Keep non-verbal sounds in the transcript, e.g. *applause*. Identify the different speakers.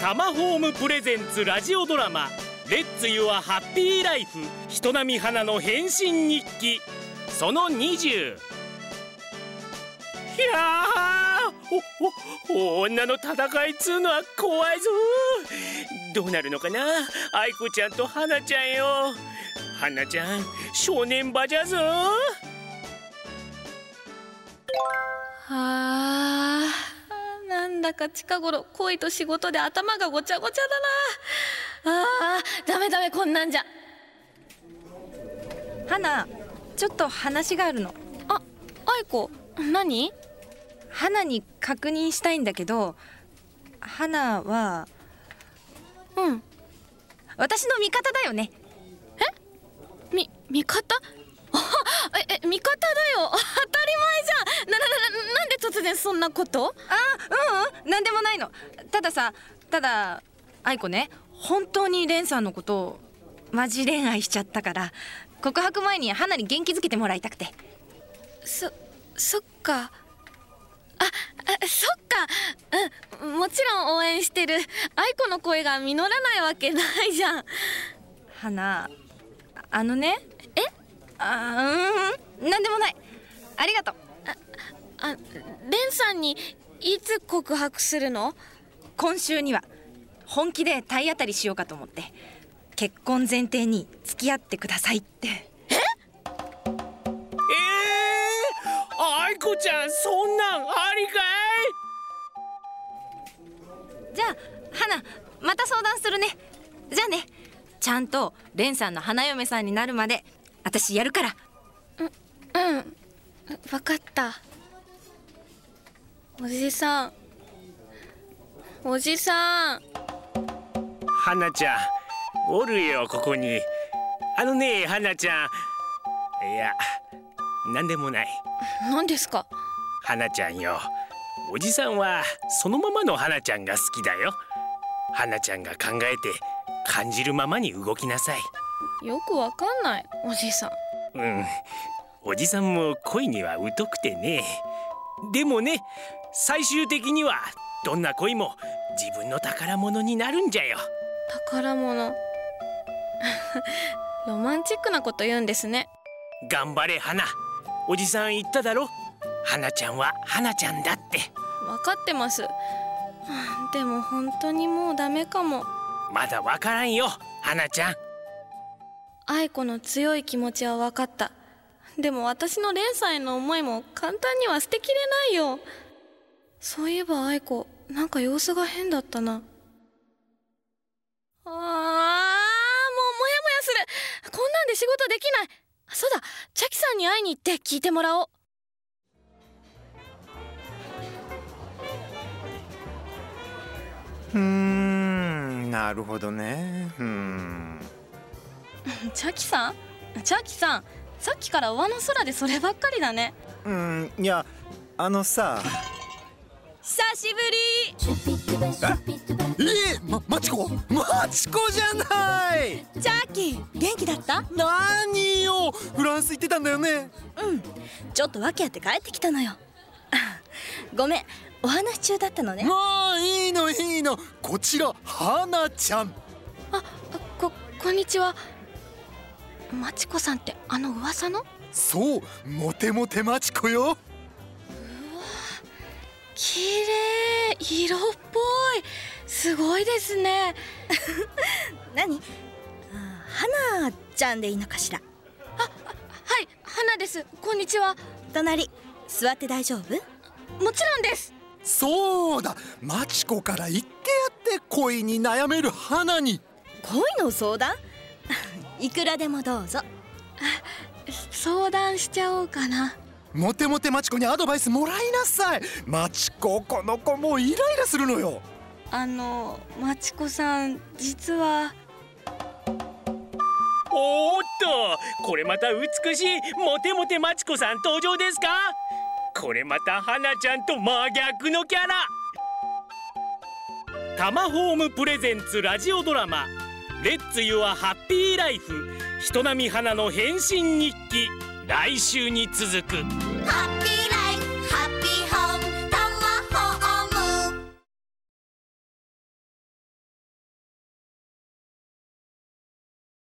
Speaker 1: タマホームプレゼンツラジオドラマ「レッツ・ユア・ハッピー・ライフ人並花の変身日記」その20いやーおお女の戦いっつうのは怖いぞどうなるのかな愛子ちゃんと花ちゃんよ花ちゃん正念場じゃぞ
Speaker 2: あーなんだか近頃恋と仕事で頭がごちゃごちゃだなあーダメダメこんなんじゃ
Speaker 3: 花ちょっと話があるの
Speaker 2: あ愛子何
Speaker 3: 花に確認したいんだけど花は
Speaker 2: うん
Speaker 3: 私の味方だよね
Speaker 2: み味方 *laughs* あええ味方だよ *laughs* 当たり前じゃんななななんで突然そんなこと
Speaker 3: あううん、うん、なんでもないのたださただ愛子ね本当に蓮さんのことをマジ恋愛しちゃったから告白前に花に元気づけてもらいたくて
Speaker 2: そそっかああそっかうんもちろん応援してる愛子の声が実らないわけないじゃん
Speaker 3: 花あのねえあうーんなんでもないありがとう
Speaker 2: あレンさんにいつ告白するの
Speaker 3: 今週には本気で体当たりしようかと思って結婚前提に付き合ってくださいって
Speaker 1: えー、愛子ちゃんそんなんありかい
Speaker 3: じゃあ花また相談するねじゃあねちゃんと蓮さんの花嫁さんになるまで私やるから
Speaker 2: うん分かったおじさんおじさん
Speaker 1: 花ちゃんおるよここにあのね花ちゃんいやなんでもない
Speaker 2: 何ですか
Speaker 1: 花ちゃんよおじさんはそのままの花ちゃんが好きだよ花ちゃんが考えて感じるままに動きなさい
Speaker 2: よくわかんないおじさん
Speaker 1: うんおじさんも恋には疎くてねでもね最終的にはどんな恋も自分の宝物になるんじゃよ
Speaker 2: 宝物 *laughs* ロマンチックなこと言うんですね
Speaker 1: 頑張れ花おじさん言っただろ花ちゃんは花ちゃんだって
Speaker 2: 分かってますはあでも本当にもうダメかも
Speaker 1: まだわからんよ花ちゃん
Speaker 2: 愛子の強い気持ちは分かったでも私の蓮さんへの思いも簡単には捨てきれないよそういえば愛子なんか様子が変だったなあーもうモヤモヤするこんなんで仕事できないあそうだチャキさんに会いに行って聞いてもらおう
Speaker 4: うーんなるほどねうーん
Speaker 2: チャキさんチャキさんさっきから上の空でそればっかりだね
Speaker 4: うーんいやあのさ
Speaker 3: 久しぶ
Speaker 4: えま、マチコマチコじゃない
Speaker 3: りチャッキー元気だった
Speaker 4: 何よフランス行ってたんだよね
Speaker 3: ちょっと訳あって帰ってきたのよごめんお話中だったのね
Speaker 4: もういいのいいのこちら花ちゃん
Speaker 2: ああここんにちはマチコさんってあの噂の
Speaker 4: そうモテモテマチコよ
Speaker 2: 綺麗色っぽいすごいですね
Speaker 3: *laughs* 何花ちゃんでいいのかしら
Speaker 2: はい花ですこんにちは
Speaker 3: 隣座って大丈夫
Speaker 2: もちろんです
Speaker 4: そうだマチコから言ってやって恋に悩める花に
Speaker 3: 恋の相談 *laughs* いくらでもどうぞ
Speaker 2: 相談しちゃおうかな
Speaker 4: モテモテマチコにアドバイスもらいなさいマチコこの子もうイライラするのよ
Speaker 2: あのマチコさん実は
Speaker 1: おーっとこれまた美しいモテモテマチコさん登場ですかこれまた花ちゃんと真逆のキャラタマホームプレゼンツラジオドラマ「レッツ・ユア・ハッピー・ライフ人並み花の変身日記」来週に続く。
Speaker 3: ハッピー